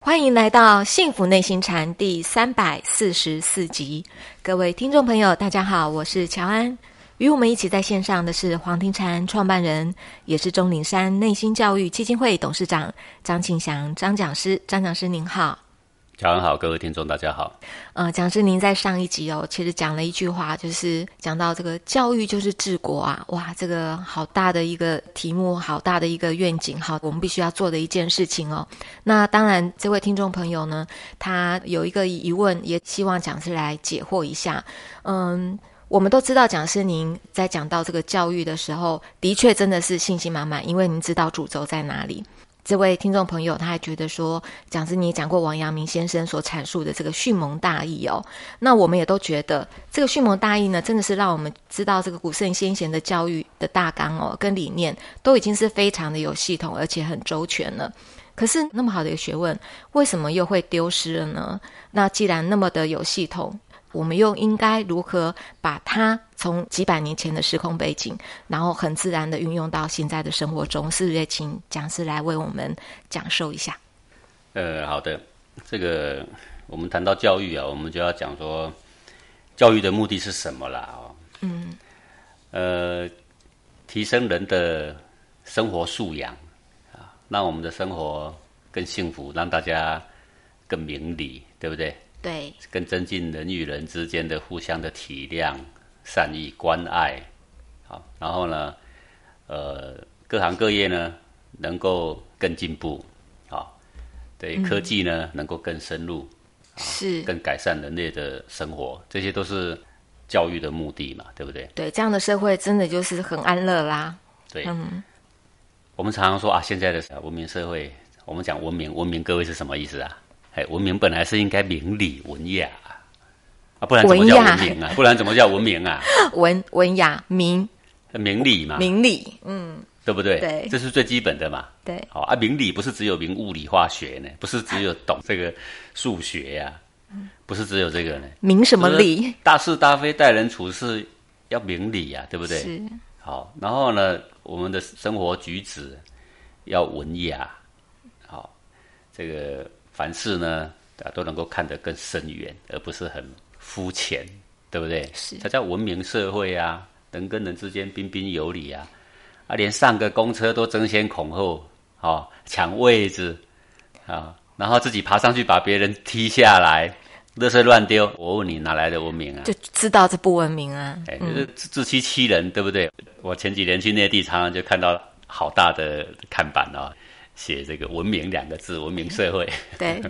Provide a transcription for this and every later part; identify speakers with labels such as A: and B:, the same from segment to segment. A: 欢迎来到《幸福内心禅》第三百四十四集，各位听众朋友，大家好，我是乔安。与我们一起在线上的是黄庭禅创办人，也是钟灵山内心教育基金会董事长张庆祥张讲师。张讲师您好，
B: 乔安好，各位听众大家好。
A: 呃，讲师您在上一集哦，其实讲了一句话，就是讲到这个教育就是治国啊，哇，这个好大的一个题目，好大的一个愿景，好，我们必须要做的一件事情哦。那当然，这位听众朋友呢，他有一个疑问，也希望讲师来解惑一下。嗯，我们都知道，讲师您在讲到这个教育的时候，的确真的是信心满满，因为您知道主轴在哪里。这位听众朋友他还觉得说，讲师你也讲过王阳明先生所阐述的这个蓄谋大义哦，那我们也都觉得这个蓄谋大义呢，真的是让我们知道这个古圣先贤的教育的大纲哦，跟理念都已经是非常的有系统，而且很周全了。可是那么好的一个学问，为什么又会丢失了呢？那既然那么的有系统，我们又应该如何把它从几百年前的时空背景，然后很自然的运用到现在的生活中？是不是也请讲师来为我们讲授一下？
B: 呃，好的，这个我们谈到教育啊，我们就要讲说教育的目的是什么啦？哦，
A: 嗯，
B: 呃，提升人的生活素养啊，让我们的生活更幸福，让大家更明理，对不对？
A: 对，
B: 更增进人与人之间的互相的体谅、善意、关爱。好，然后呢，呃，各行各业呢能够更进步，好，对科技呢能够更深入，
A: 嗯是，
B: 更改善人类的生活，这些都是教育的目的嘛，对不对？
A: 对，这样的社会真的就是很安乐啦。
B: 对，
A: 嗯，
B: 我们常常说啊，现在的文明社会，我们讲文明，文明各位是什么意思啊？哎，文明本来是应该明理文雅啊，啊，不然怎么叫
A: 文雅
B: 文明啊？不然怎么叫文明啊？
A: 文文雅明
B: 明理嘛，
A: 明理，嗯，
B: 对不对？
A: 对
B: 这是最基本的嘛。
A: 对，
B: 好、啊，明理不是只有明物理化学呢，不是只有懂这个数学呀、不是只有这个呢。
A: 明什么
B: 就是
A: 理？
B: 大是大非、待人处事要明理呀、对不对？
A: 是，
B: 好，然后呢，我们的生活举止要文雅，好，这个凡事呢啊都能够看得更深远，而不是很肤浅，对不对？
A: 是
B: 它叫文明社会啊，人跟人之间彬彬有礼啊，啊，连上个公车都争先恐后，哦，抢位置啊，然后自己爬上去把别人踢下来，垃圾乱丢，我问你哪来的文明啊？
A: 就知道这不文明啊。
B: 哎，就是自自欺欺人，对不对？我前几年去内地，常常就看到好大的看板啊、写这个“文明”两个字，文明社会。
A: 对，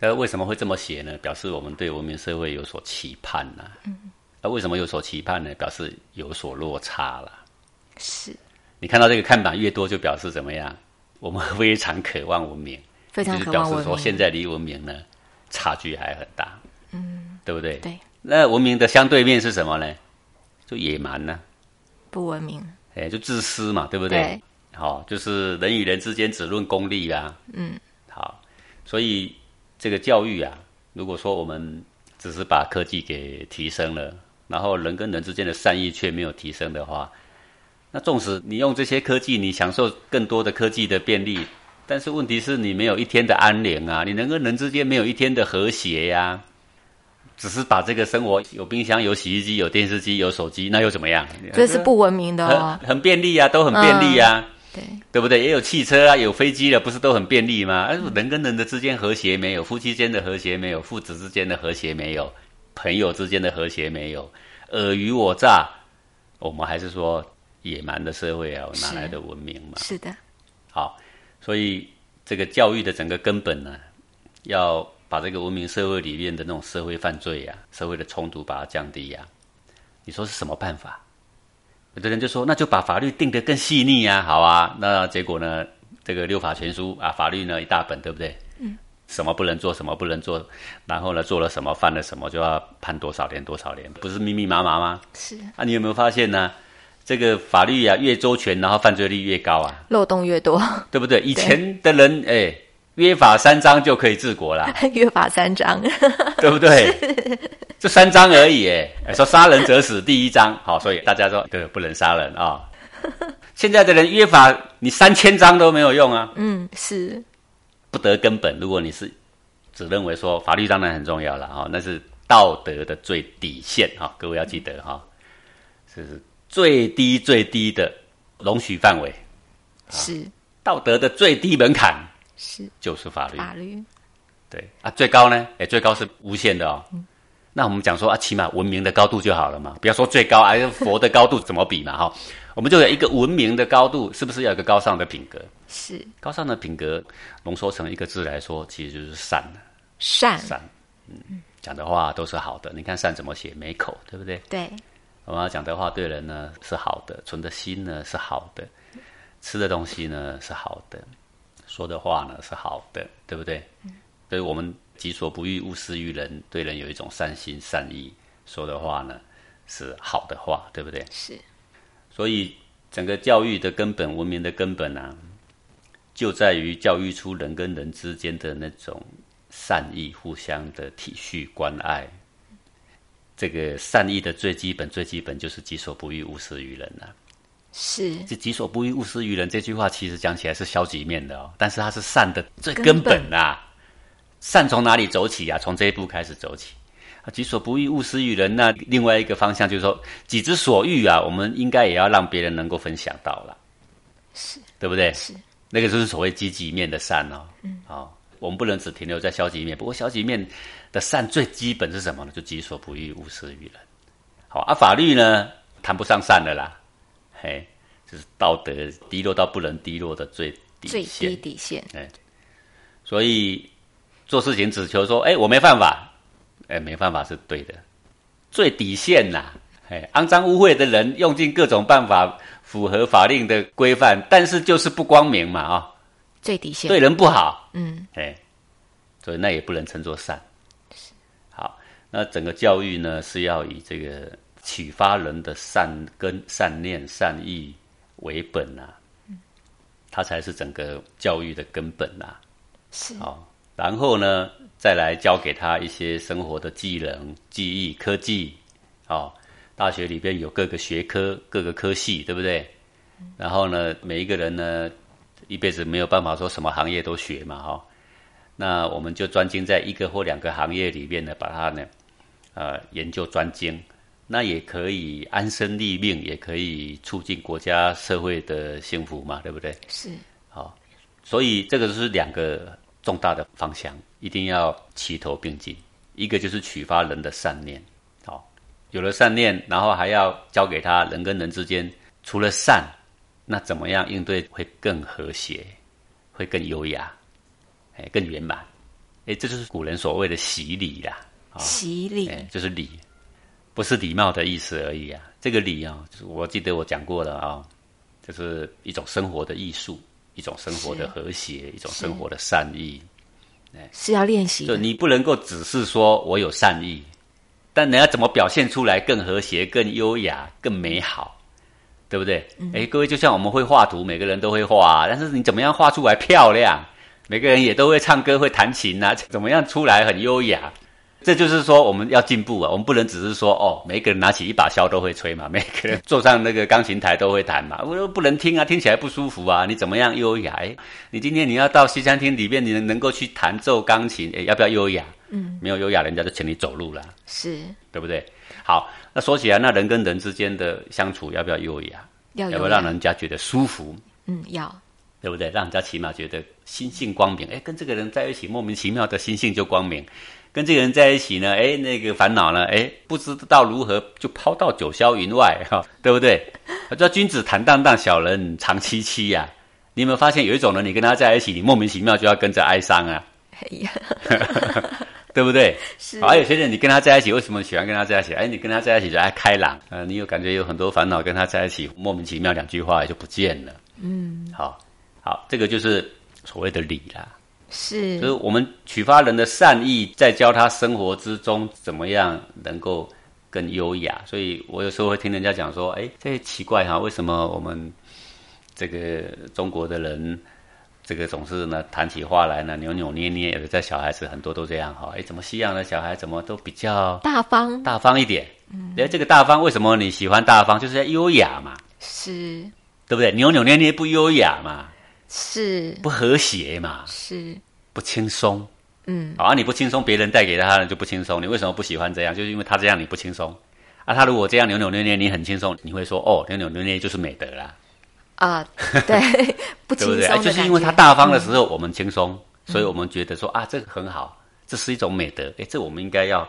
B: 那为什么会这么写呢？表示我们对文明社会有所期盼呐、嗯，那、为什么有所期盼呢？表示有所落差了。
A: 是
B: 你看到这个看板越多，就表示怎么样？我们非常渴望文明，
A: 非常
B: 就是
A: 渴
B: 表
A: 望
B: 示
A: 文
B: 说
A: 明。
B: 现在离文明呢差距还很大，嗯，对不对？
A: 对，
B: 那文明的相对面是什么呢？就野蛮呢、
A: 不文明，
B: 哎，就自私嘛，对不
A: 对
B: 对？好、就是人与人之间只论功利啊。嗯，好，所以这个教育啊，如果说我们只是把科技给提升了，然后人跟人之间的善意却没有提升的话，那纵使你用这些科技，你享受更多的科技的便利，但是问题是你没有一天的安宁啊，你人跟人之间没有一天的和谐呀、只是把这个生活有冰箱、有洗衣机、有电视机、有手机，那又怎么样？
A: 这是不文明的哦。嗯
B: 很很便利啊，都很便利啊，
A: 对，
B: 对不对？也有汽车啊，有飞机了，不是都很便利吗？哎人跟人的之间和谐没有，夫妻间的和谐没有，父子之间的和谐没有，朋友之间的和谐没有，尔虞我诈，我们还是说野蛮的社会啊，哪
A: 是
B: 来的文明嘛？
A: 是的，
B: 好，所以这个教育的整个根本呢，要把这个文明社会里面的那种社会犯罪呀、社会的冲突把它降低呀、你说是什么办法？有的人就说，那就把法律定得更细腻呀、好啊。那结果呢，这个六法全书啊，法律呢一大本，对不对？嗯。什么不能做，什么不能做，然后呢，做了什么，犯了什么，就要判多少年，多少年，不是密密麻麻吗？
A: 是
B: 啊，你有没有发现呢？这个法律啊，越周全，然后犯罪率越高啊。
A: 漏洞越多，
B: 对不对？以前的人，哎、约法三章就可以治 国啦，
A: 约法三 章。
B: 对不对？这三章而已，哎，哎说杀人者死第一章，好，所以大家说对，不能杀人啊、现在的人约法，你三千章都没有用啊，
A: 嗯，是
B: 不得根本。如果你是只认为说法律当然很重要了哈、哦，那是道德的最底线哈、哦，各位要记得哈，这、是最低最低的容许范围，啊
A: 是
B: 道德的最低门槛
A: 是
B: 就是法律。
A: 法律，
B: 对啊，最高呢？哎，最高是无限的哦。那我们讲说啊，起码文明的高度就好了嘛，不要说最高， 哎、佛的高度怎么比嘛？哈、我们就有一个文明的高度，是不是要有一个高尚的品格？
A: 是
B: 高尚的品格浓缩成一个字来说，其实就是善。
A: 善，
B: 善，嗯，讲的话都是好的。你看善怎么写？没口，对不对？
A: 对，
B: 我们要讲的话对人呢是好的，存的心呢是好的，吃的东西呢是好的，说的话呢是好的，对不对？所以我们己所不欲，勿施于人，对人有一种善心善意，说的话呢是好的话，对不对？
A: 是
B: 所以整个教育的根本、文明的根本啊，就在于教育出人跟人之间的那种善意、互相的体恤、关爱。这个善意的最基本、最基本就是“己所不欲，勿施于人”啊。
A: 是
B: 这“己所不欲，勿施于人”这句话，其实讲起来是消极面的哦，但是它是善的最根本啊。善从哪里走起啊？从这一步开始走起。啊，己所不欲，勿施于人。那另外一个方向就是说，己之所欲啊，我们应该也要让别人能够分享到啦，
A: 是
B: 对不对？
A: 是
B: 那个就是所谓积极面的善哦。嗯，好、我们不能只停留在消极面。不过消极面的善最基本是什么呢？就己所不欲，勿施于人。好啊，法律呢谈不上善的啦，嘿，就是道德低落到不能低落的最底
A: 最
B: 线
A: 低。底线，
B: 所以做事情只求说，哎、我没犯法，哎、没犯法是对的，最底线呐、哎、肮脏污秽的人用尽各种办法符合法令的规范，但是就是不光明嘛啊、
A: 最底线，
B: 对人不好，
A: 嗯，
B: 哎，所以那也不能称作善。好，那整个教育呢是要以这个启发人的善根、善念、善意为本啊，它才是整个教育的根本啊。
A: 是
B: 然后呢，再来教给他一些生活的技能、技艺、科技。哦，大学里边有各个学科、各个科系，对不对？然后呢，每一个人呢，一辈子没有办法说什么行业都学嘛，哈、那我们就专精在一个或两个行业里面呢，把它呢，呃，研究专精。那也可以安身立命，也可以促进国家社会的幸福嘛，对不对？
A: 是
B: 所以这个就是两个重大的方向，一定要齐头并进。一个就是启发人的善念，好、有了善念，然后还要教给他人跟人之间，除了善，那怎么样应对会更和谐，会更优雅，哎，更圆满。哎，这就是古人所谓的洗礼啦。
A: 洗礼，
B: 哎，就是礼，不是礼貌的意思而已啊。这个礼啊、就是我记得我讲过了啊、就是一种生活的艺术，一种生活的
A: 是
B: 和谐，一种生活的善意。
A: 是要练习
B: 就
A: 的，
B: 你不能够只是说我有善意，但你要怎么表现出来更和谐、更优雅、更美好，对不对？
A: 嗯
B: 哎、各位，就像我们会画图，每个人都会画、啊，但是你怎么样画出来漂亮？每个人也都会唱歌、会弹琴啊，怎么样出来很优雅？这就是说我们要进步啊，我们不能只是说哦，每个人拿起一把箫都会吹嘛，每 个人坐上那个钢琴台都会弹嘛，我又不能听啊，听起来不舒服啊。你怎么样优雅？哎，你今天你要到西餐厅里面，你能能够去弹奏钢琴，哎，要不要优雅？嗯，没有优雅，人家就请你走路了，
A: 是
B: 对不对？好，那说起来，那人跟人之间的相处要不要优雅？
A: 要
B: 要不
A: 有
B: 要让人家觉得舒服？
A: 嗯要
B: 对不对？让人家起码觉得心性光明。哎，跟这个人在一起，莫名其妙的心性就光明；跟这个人在一起呢，哎，那个烦恼呢，哎，不知道如何就抛到九霄云外哈、对不对？我知道君子坦荡荡，小人长戚戚呀、你有没有发现有一种人，你跟他在一起，你莫名其妙就要跟着哀伤啊，
A: 哎呀
B: 对不对？
A: 是
B: 啊还有些人，你跟他在一起，为什么喜欢跟他在一起？哎，你跟他在一起就爱开朗，呃，你有感觉有很多烦恼，跟他在一起，莫名其妙两句话也就不见了。嗯，好，好，这个就是所谓的理啦。
A: 是
B: 就是我们启发人的善意，在教他生活之中怎么样能够更优雅。所以我有时候会听人家讲说，哎，这奇怪哈、为什么我们这个中国的人，这个总是呢谈起话来呢扭扭捏捏，有的在小孩子很多都这样哈、哎，怎么西洋的小孩怎么都比较
A: 大方
B: 大方一点？哎，这个大方为什么你喜欢大方？就是要优雅嘛，
A: 是
B: 对不对？扭扭捏捏不优雅嘛，
A: 是
B: 不和谐嘛。
A: 是
B: 不轻松。嗯，好啊，你不轻松，别人带给他的就不轻松。你为什么不喜欢这样？就是因为他这样你不轻松啊。他如果这样扭扭捏捏，你很轻松，你会说哦，扭扭捏捏就是美德啦，
A: 啊、 对，不轻松
B: 对不
A: 的
B: 对？哎，
A: 感觉嗯
B: 就是因为他大方的时候，我们轻松，所以我们觉得说啊，这个很好，这是一种美德。哎，这我们应该要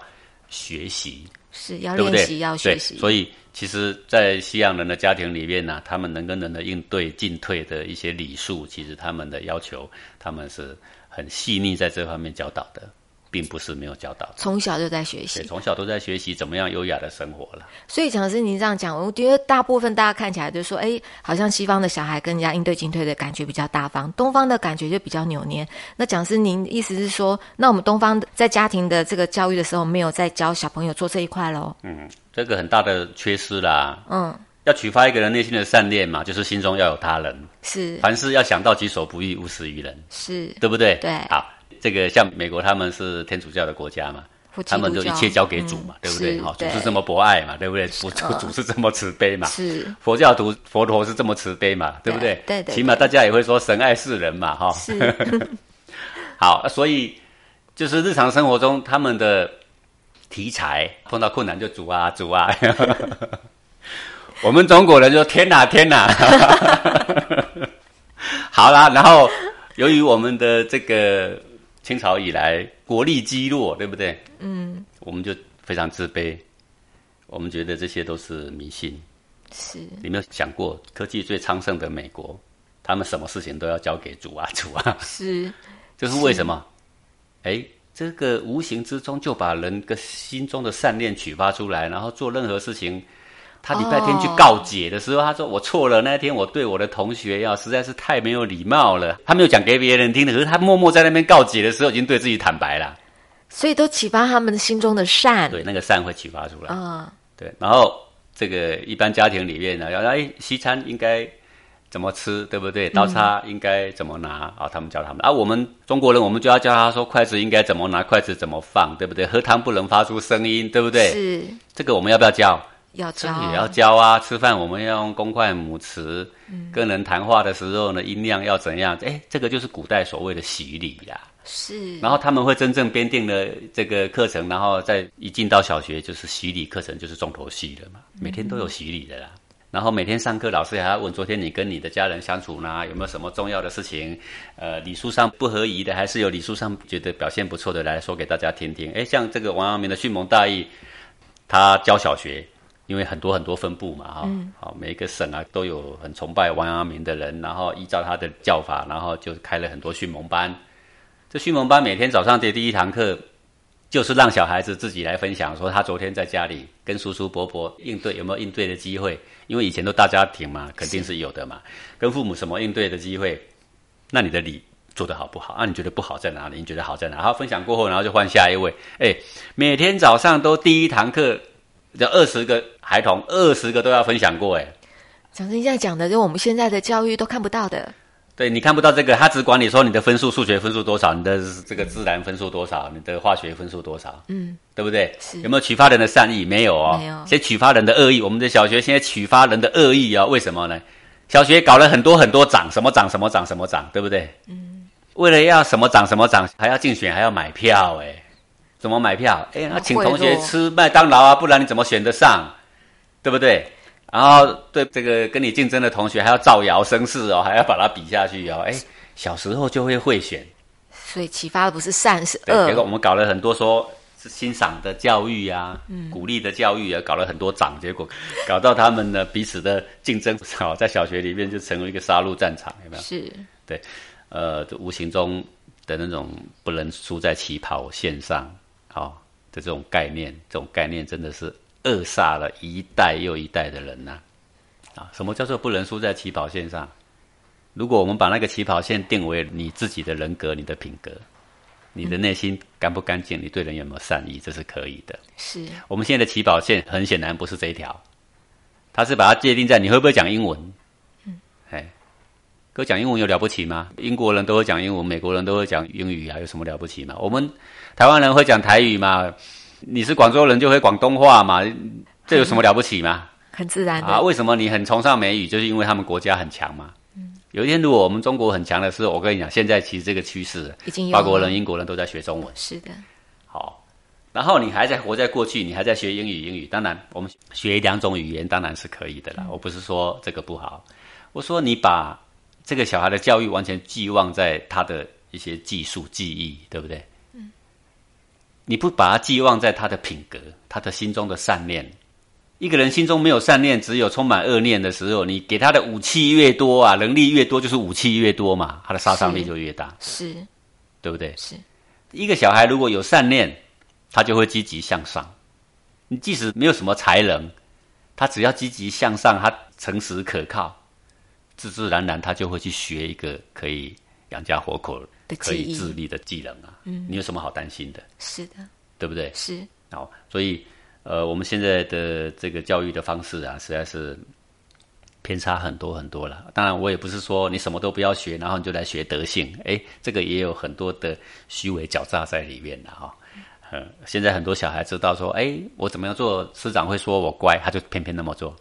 B: 学习。
A: 是要
B: 对不
A: 练
B: 对？
A: 习，要
B: 对
A: 学习，
B: 所以其实，在西洋人的家庭里面呢、他们人跟人的应对进退的一些礼数，其实他们的要求，他们是很细腻在这方面教导的，并不是没有教导。
A: 从小就在学习
B: 对，。从小都在学习怎么样优雅的生活了。
A: 所以，讲师您这样讲，我觉得大部分大家看起来就说，哎，好像西方的小孩跟人家应对进退的感觉比较大方，东方的感觉就比较扭捏。那讲师，您意思是说，那我们东方在家庭的这个教育的时候，没有在教小朋友做这一块喽？
B: 嗯这个很大的缺失啦。
A: 嗯，
B: 要启发一个人内心的善念嘛，就是心中要有他人，
A: 是
B: 凡事要想到己所不欲，勿施于人，
A: 是，
B: 对不对？
A: 对
B: 好，这个像美国他们是天主教的国家嘛，
A: 或基
B: 他们
A: 督
B: 就一
A: 教
B: 切交给主嘛，
A: 嗯
B: 对不对？哦
A: 是
B: 好，主
A: 对嗯
B: 是这么博爱嘛，对不对？主主 主是这么慈悲嘛，
A: 是
B: 佛教徒佛陀是这么慈悲嘛，对不对？
A: 对对对
B: 起码大家也会说神爱世人嘛，哈。
A: 是
B: 好，所以就是日常生活中他们的题材碰到困难就主啊 主啊，我们中国人就天哪天哪， 好啦，然后由于我们的这个清朝以来国力积弱，对不对？嗯，我们就非常自卑，我们觉得这些都是迷信。
A: 是
B: 你没有想过科技最昌盛的美国，他们什么事情都要交给主啊主啊，
A: 是
B: 这是为什么？哎，这个无形之中就把人的心中的善念启发出来，然后做任何事情。他礼拜天去告解的时候，他说我错了，那天我对我的同学呀、实在是太没有礼貌了。他没有讲给别人听的，可是他默默在那边告解的时候，已经对自己坦白了。
A: 所以都启发他们心中的善。
B: 对，那个善会启发出来。
A: 嗯，
B: 对，然后这个一般家庭里面呢，要哎西餐应该怎么吃，对不对？刀叉应该怎么拿啊、他们教他们啊，我们中国人我们就要教他说筷子应该怎么拿，筷子怎么放，对不对？喝汤不能发出声音，对不对？
A: 是
B: 这个我们要不要教？
A: 要
B: 这
A: 教
B: 个，也要教啊。吃饭我们要用公筷母匙，跟人谈话的时候呢，音量要怎样？哎，这个就是古代所谓的洗礼呀、
A: 是
B: 然后他们会真正编定了这个课程，然后再一进到小学就是洗礼课程，就是重头戏了嘛，每天都有洗礼的啦。然后每天上课，老师还要问昨天你跟你的家人相处呢，有没有什么重要的事情？呃，礼数上不合宜的，还是有礼数上觉得表现不错的来说给大家听听。哎，像这个王阳明的《训蒙大义》，他教小学，因为很多很多分部嘛，哈、好、每一个省啊都有很崇拜王阳明的人，然后依照他的教法，然后就开了很多训蒙班。这训蒙班每天早上的第一堂课，就是让小孩子自己来分享，说他昨天在家里跟叔叔伯伯应对有没有应对的机会，因为以前都大家庭嘛，肯定是有的嘛，跟父母什么应对的机会，那你的礼做得好不好？啊，你觉得不好在哪里？你觉得好在哪？然后分享过后，然后就换下一位。哎，每天早上都第一堂课，这二十个孩童，二十个都要分享过，哎。
A: 讲师，你现在讲的，就我们现在的教育都看不到的，
B: 对你看不到这个，他只管你说你的分数，数学分数多少，你的这个自然分数多少，你的化学分数多少，嗯，对不对
A: 是？
B: 有没有启发人的善意？没有哦，
A: 没有
B: 先启发人的恶意。我们的小学现在启发人的恶意啊、为什么呢？小学搞了很多很多涨，什么涨什么涨什么涨，对不对？嗯，为了要什么涨什么涨，还要竞选，还要买票，哎，怎么买票？哎，那请
A: 贿
B: 同学
A: 赂
B: 吃麦当劳啊，不然你怎么选得上？对不对？然后对这个跟你竞争的同学还要造谣生事哦，还要把他比下去哦。哎，小时候就会会选，
A: 所以启发的不是善是
B: 对，结果
A: 恶
B: 我。们搞了很多说是欣赏的教育啊，鼓励的教育啊，搞了很多长，结果搞到他们呢彼此的竞争， 好在小学里面就成为一个杀戮战场，有没有？
A: 是
B: 呃，就无形中的那种不能输在起跑线上，好、的这种概念，这种概念真的是扼杀了一代又一代的人呐、啊！什么叫做不能输在起跑线上？如果我们把那个起跑线定为你自己的人格、你的品格、你的内心干不干净，你对人有没有善意，这是可以的。
A: 是
B: 我们现在的起跑线很显然不是这一条，它是把它界定在你会不会讲英文。嗯，哎，哥讲英文有了不起吗？英国人都会讲英文，美国人都会讲英语啊，有什么了不起嘛？我们台湾人会讲台语嘛？你是广州人就会广东话嘛？这有什么了不起嘛？
A: 很自然的。
B: 啊，为什么你很崇尚美语？就是因为他们国家很强嘛。有一天，如果我们中国很强的时候，我跟你讲，现在其实这个趋势，
A: 已经有
B: 法国
A: 了
B: 人、英国人都在学中文。
A: 是的，
B: 好，然后你还在活在过去，你还在学英语，英语当然我们学两种语言当然是可以的啦。我不是说这个不好，我说你把这个小孩的教育完全寄望在他的一些技术、技艺，对不对？嗯。你不把它寄望在他的品格、他的心中的善念。一个人心中没有善念，只有充满恶念的时候，你给他的武器越多啊，能力越多，就是武器越多嘛，他的杀伤力
A: 是
B: 就越大，
A: 是
B: 对不对？
A: 是
B: 一个小孩如果有善念，他就会积极向上。你即使没有什么才能，他只要积极向上，他诚实可靠，自自然然他就会去学一个可以养家活口、
A: 的
B: 可
A: 记
B: 以自
A: 忆，
B: 立的技能啊。你有什么好担心的，
A: 是的，
B: 对不对？
A: 是
B: 好，所以呃，我们现在的这个教育的方式啊，实在是偏差很多很多了。当然，我也不是说你什么都不要学，然后你就来学德性，诶，这个也有很多的虚伪狡诈在里面的哈、呃，现在很多小孩知道说，诶，我怎么样做，师长会说我乖，他就偏偏那么做。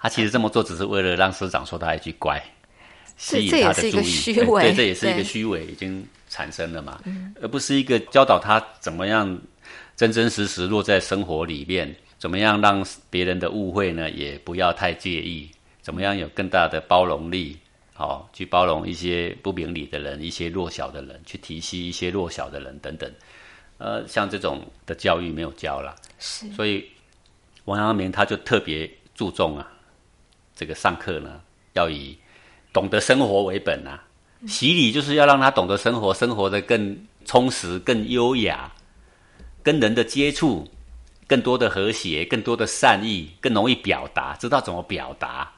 B: 他其实这么做只是为了让师长说他一句乖，吸引
A: 这
B: 他
A: 也
B: 的
A: 是一
B: 注
A: 个
B: 意。哎
A: 虚
B: 对
A: 伪
B: 对，这也是一个
A: 对嗯
B: 虚伪已经产生了嘛，而不是一个教导他怎么样真真实实落在生活里面，怎么样让别人的误会呢也不要太介意，怎么样有更大的包容力，好、去包容一些不明理的人，一些弱小的人，去提携一些弱小的人等等。呃，像这种的教育没有教啦，
A: 是
B: 所以王阳明他就特别注重啊，这个上课呢要以懂得生活为本啊，洗礼就是要让他懂得生活，生活的更充实、更优雅，跟人的接触更多的和谐，更多的善意，更容易表达，知道怎么表达，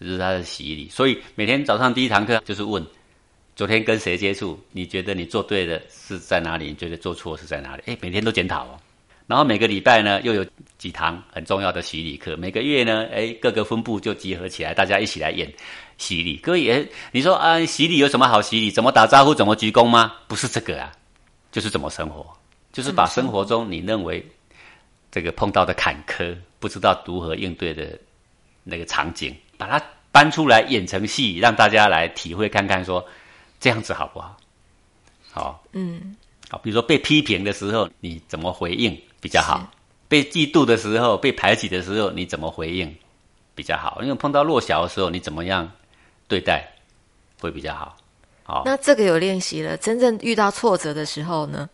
B: 这是他的洗礼。所以每天早上第一堂课就是问。昨天跟谁接触？你觉得你做对的是在哪里？你觉得做错是在哪里？哎，每天都检讨哦。然后每个礼拜呢又有几堂很重要的洗礼课，每个月呢，哎，各个分部就集合起来，大家一起来演洗礼。各位也，你说啊，洗礼有什么好洗礼？怎么打招呼，怎么鞠躬吗？不是这个啊，就是怎么生活，就是把生活中你认为这个碰到的坎坷，不知道如何应对的那个场景，把它搬出来演成戏，让大家来体会看看说这样子好不好？好、
A: 嗯
B: 好，比如说被批评的时候，你怎么回应比较好
A: 是？
B: 被嫉妒的时候，被排挤的时候，你怎么回应比较好？因为碰到弱小的时候，你怎么样对待会比较好？好，
A: 那这个有练习了，真正遇到挫折的时候呢，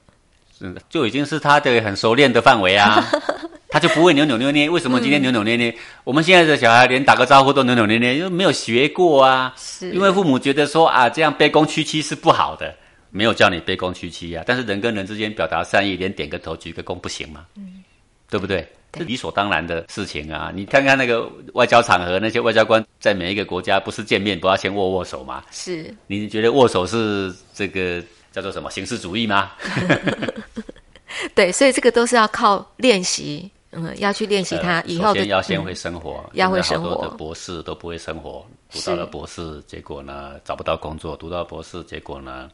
B: 嗯就已经是他的很熟练的范 围啊，他就不会扭扭捏捏。为什么
A: 嗯
B: 今天扭扭捏捏？我们现在的小孩连打个招呼都扭扭捏捏，因为没有学过啊。
A: 是
B: 因为父母觉得说啊，这样卑躬屈膝是不好的，没有叫你卑躬屈膝啊。但是人跟人之间表达善意，连点个头、鞠个躬不行吗？嗯，对不对？
A: 对
B: 这理所当然的事情啊！你看看那个外交场合，那些外交官在每一个国家，不是见面不要先握握手吗？
A: 是
B: 你觉得握手是这个叫做什么形式主义吗？
A: 对，所以这个都是要靠练习，嗯，要去练习它，
B: 呃
A: 以
B: 首
A: 后的
B: 先要先
A: 嗯
B: 会生活，
A: 要会
B: 现在好多
A: 生活
B: 的博士都不会生活，读
A: 是
B: 到了博士，结果呢找不到工作，读到博士，结果呢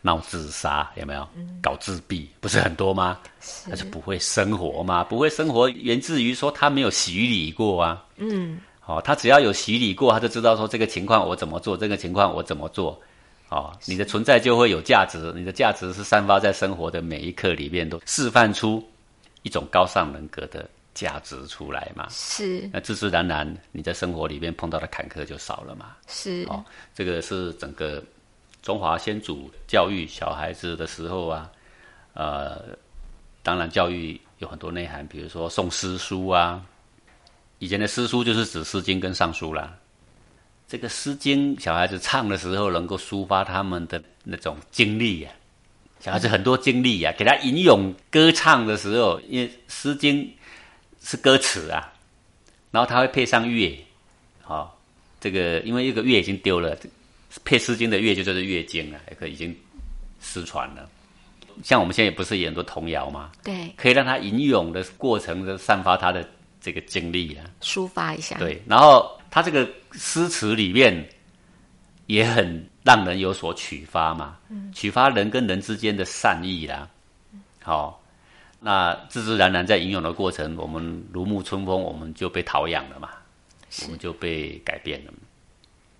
B: 闹自杀，有没有？搞自闭，不嗯是很多吗？他就不会生活嘛，不会生活源自于说他没有洗礼过啊。嗯，哦，他只要有洗礼过，他就知道说这个情况我怎么做，这个情况我怎么做。哦，你的存在就会有价值，你的价值是散发在生活的每一刻里面，都示范出一种高尚人格的价值出来嘛。
A: 是
B: 那自自然然，你在生活里面碰到的坎坷就少了嘛。
A: 是
B: 哦，这个是整个中华先祖教育小孩子的时候啊，呃，当然教育有很多内涵，比如说送诗书啊，以前的诗书就是指《诗经》跟《尚书》啦。这个《诗经》小孩子唱的时候，能够抒发他们的那种经历呀、小孩子很多经历呀、啊给他吟咏歌唱的时候，因为《诗经》是歌词啊，然后他会配上乐，好、这个因为一个月已经丢了，配《诗经》的月就叫做月经了，可已经失传了。像我们现在也不是也很多童谣吗？
A: 对，
B: 可以让他吟咏的过程的散发他的这个经历啊。
A: 抒发一下，
B: 对，然后他这个诗词里面也很让人有所启发嘛，启发人跟人之间的善意啦。好、那自自然然在吟咏的过程，我们如沐春风，我们就被陶养了嘛，我们就被改变了。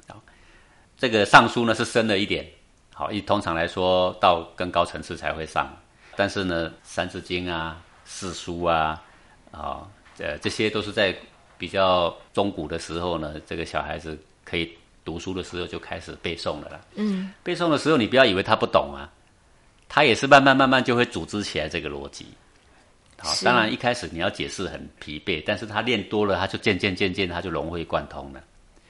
B: 好，这个上书呢是深了一点，好，一通常来说到更高层次才会上，但是呢，《三字经》啊、四书啊、啊、呃，这些都是在比较中古的时候呢，这个小孩子可以读书的时候就开始背诵了啦。
A: 嗯，
B: 背诵的时候，你不要以为他不懂啊，他也是慢慢慢慢就会组织起来这个逻辑。好，
A: 是
B: 当然一开始你要解释很疲惫，但是他练多了，他就渐渐渐渐他就融会贯通了。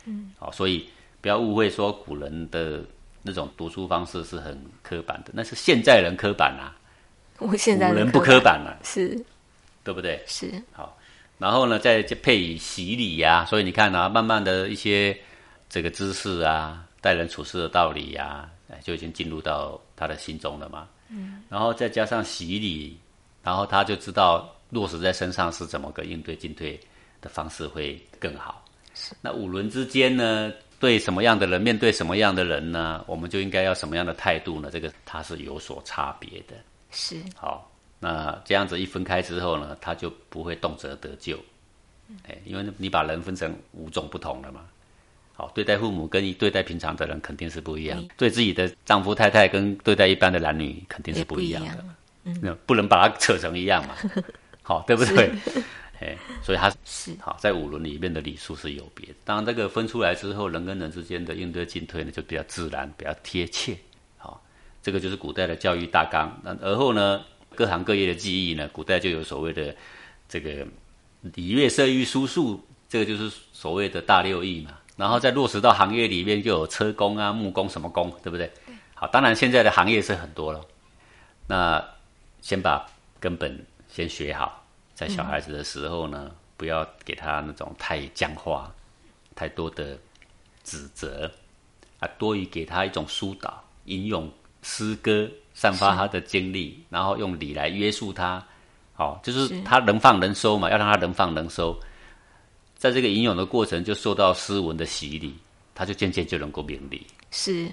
B: 嗯，好，所以不要误会说古人的那种读书方式是很刻板的，那是现在人刻板啊，
A: 我现在
B: 古
A: 的
B: 人不
A: 刻
B: 刻
A: 板
B: 板啊，
A: 是
B: 对不对？
A: 是，
B: 然后呢，再配以洗礼呀、所以你看啊，慢慢的一些这个知识啊，待人处事的道理呀、哎，就已经进入到他的心中了嘛。嗯，然后再加上洗礼，然后他就知道落实在身上是怎么个应对进退的方式会更好。那五伦之间呢，对什么样的人面对什么样的人呢，我们就应该要什么样的态度呢？这个它是有所差别的。
A: 是
B: 好，那这样子一分开之后呢，他就不会动辄得咎。
A: 嗯
B: 哎，因为你把人分成五种不同了嘛。好，对待父母跟对待平常的人肯定是不一样，对自己的丈夫太太跟对待一般的男女肯定是
A: 也
B: 不
A: 不
B: 一
A: 一
B: 样
A: 样
B: 的。，那不能把它扯成一样嘛，好，对不对？ 哎，所以它
A: 是
B: 好在五轮里面的礼数是有别的。当这个分出来之后，人跟人之间的应对进退呢，就比较自然，比较贴切。好，这个就是古代的教育大纲。那而后呢，各行各业的技艺呢，古代就有所谓的这个礼乐射御书数，这个就是所谓的大六艺嘛。然后再落实到行业里面，就有车工啊、木工什么工，对不对？好，当然现在的行业是很多了。那先把根本先学好，在小孩子的时候呢，不要给他那种太僵化、太多的指责啊，多于给他一种疏导，引用诗歌散发他的精力，然后用理来约束他。好、就是他能放能收嘛，要让他能放能收。在这个引用的过程，就受到诗文的洗礼，他就渐渐就能够明理。
A: 是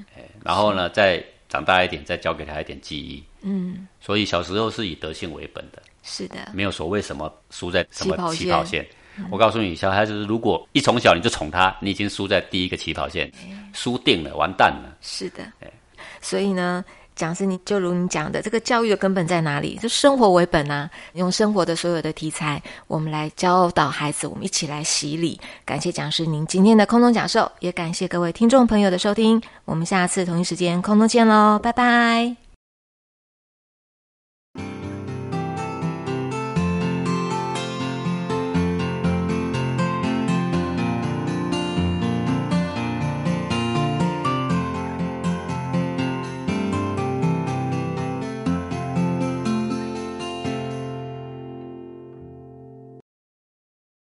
B: 然后呢，再长大一点，再教给他一点记忆。嗯，所以小时候是以德性为本的，
A: 是的，
B: 没有所谓什么输在什
A: 起跑线
B: 么
A: 嗯
B: 起跑线。我告诉你，小孩子如果一从小你就宠他，你已经输在第一个起跑线，
A: 哎
B: 输定了，完蛋了。
A: 是的，所以呢。讲是你就如你讲的，这个教育的根本在哪里？就生活为本啊，用生活的所有的题材，我们来教导孩子，我们一起来洗礼。感谢讲师您今天的空中讲授，也感谢各位听众朋友的收听，我们下次同一时间空中见喽，拜拜。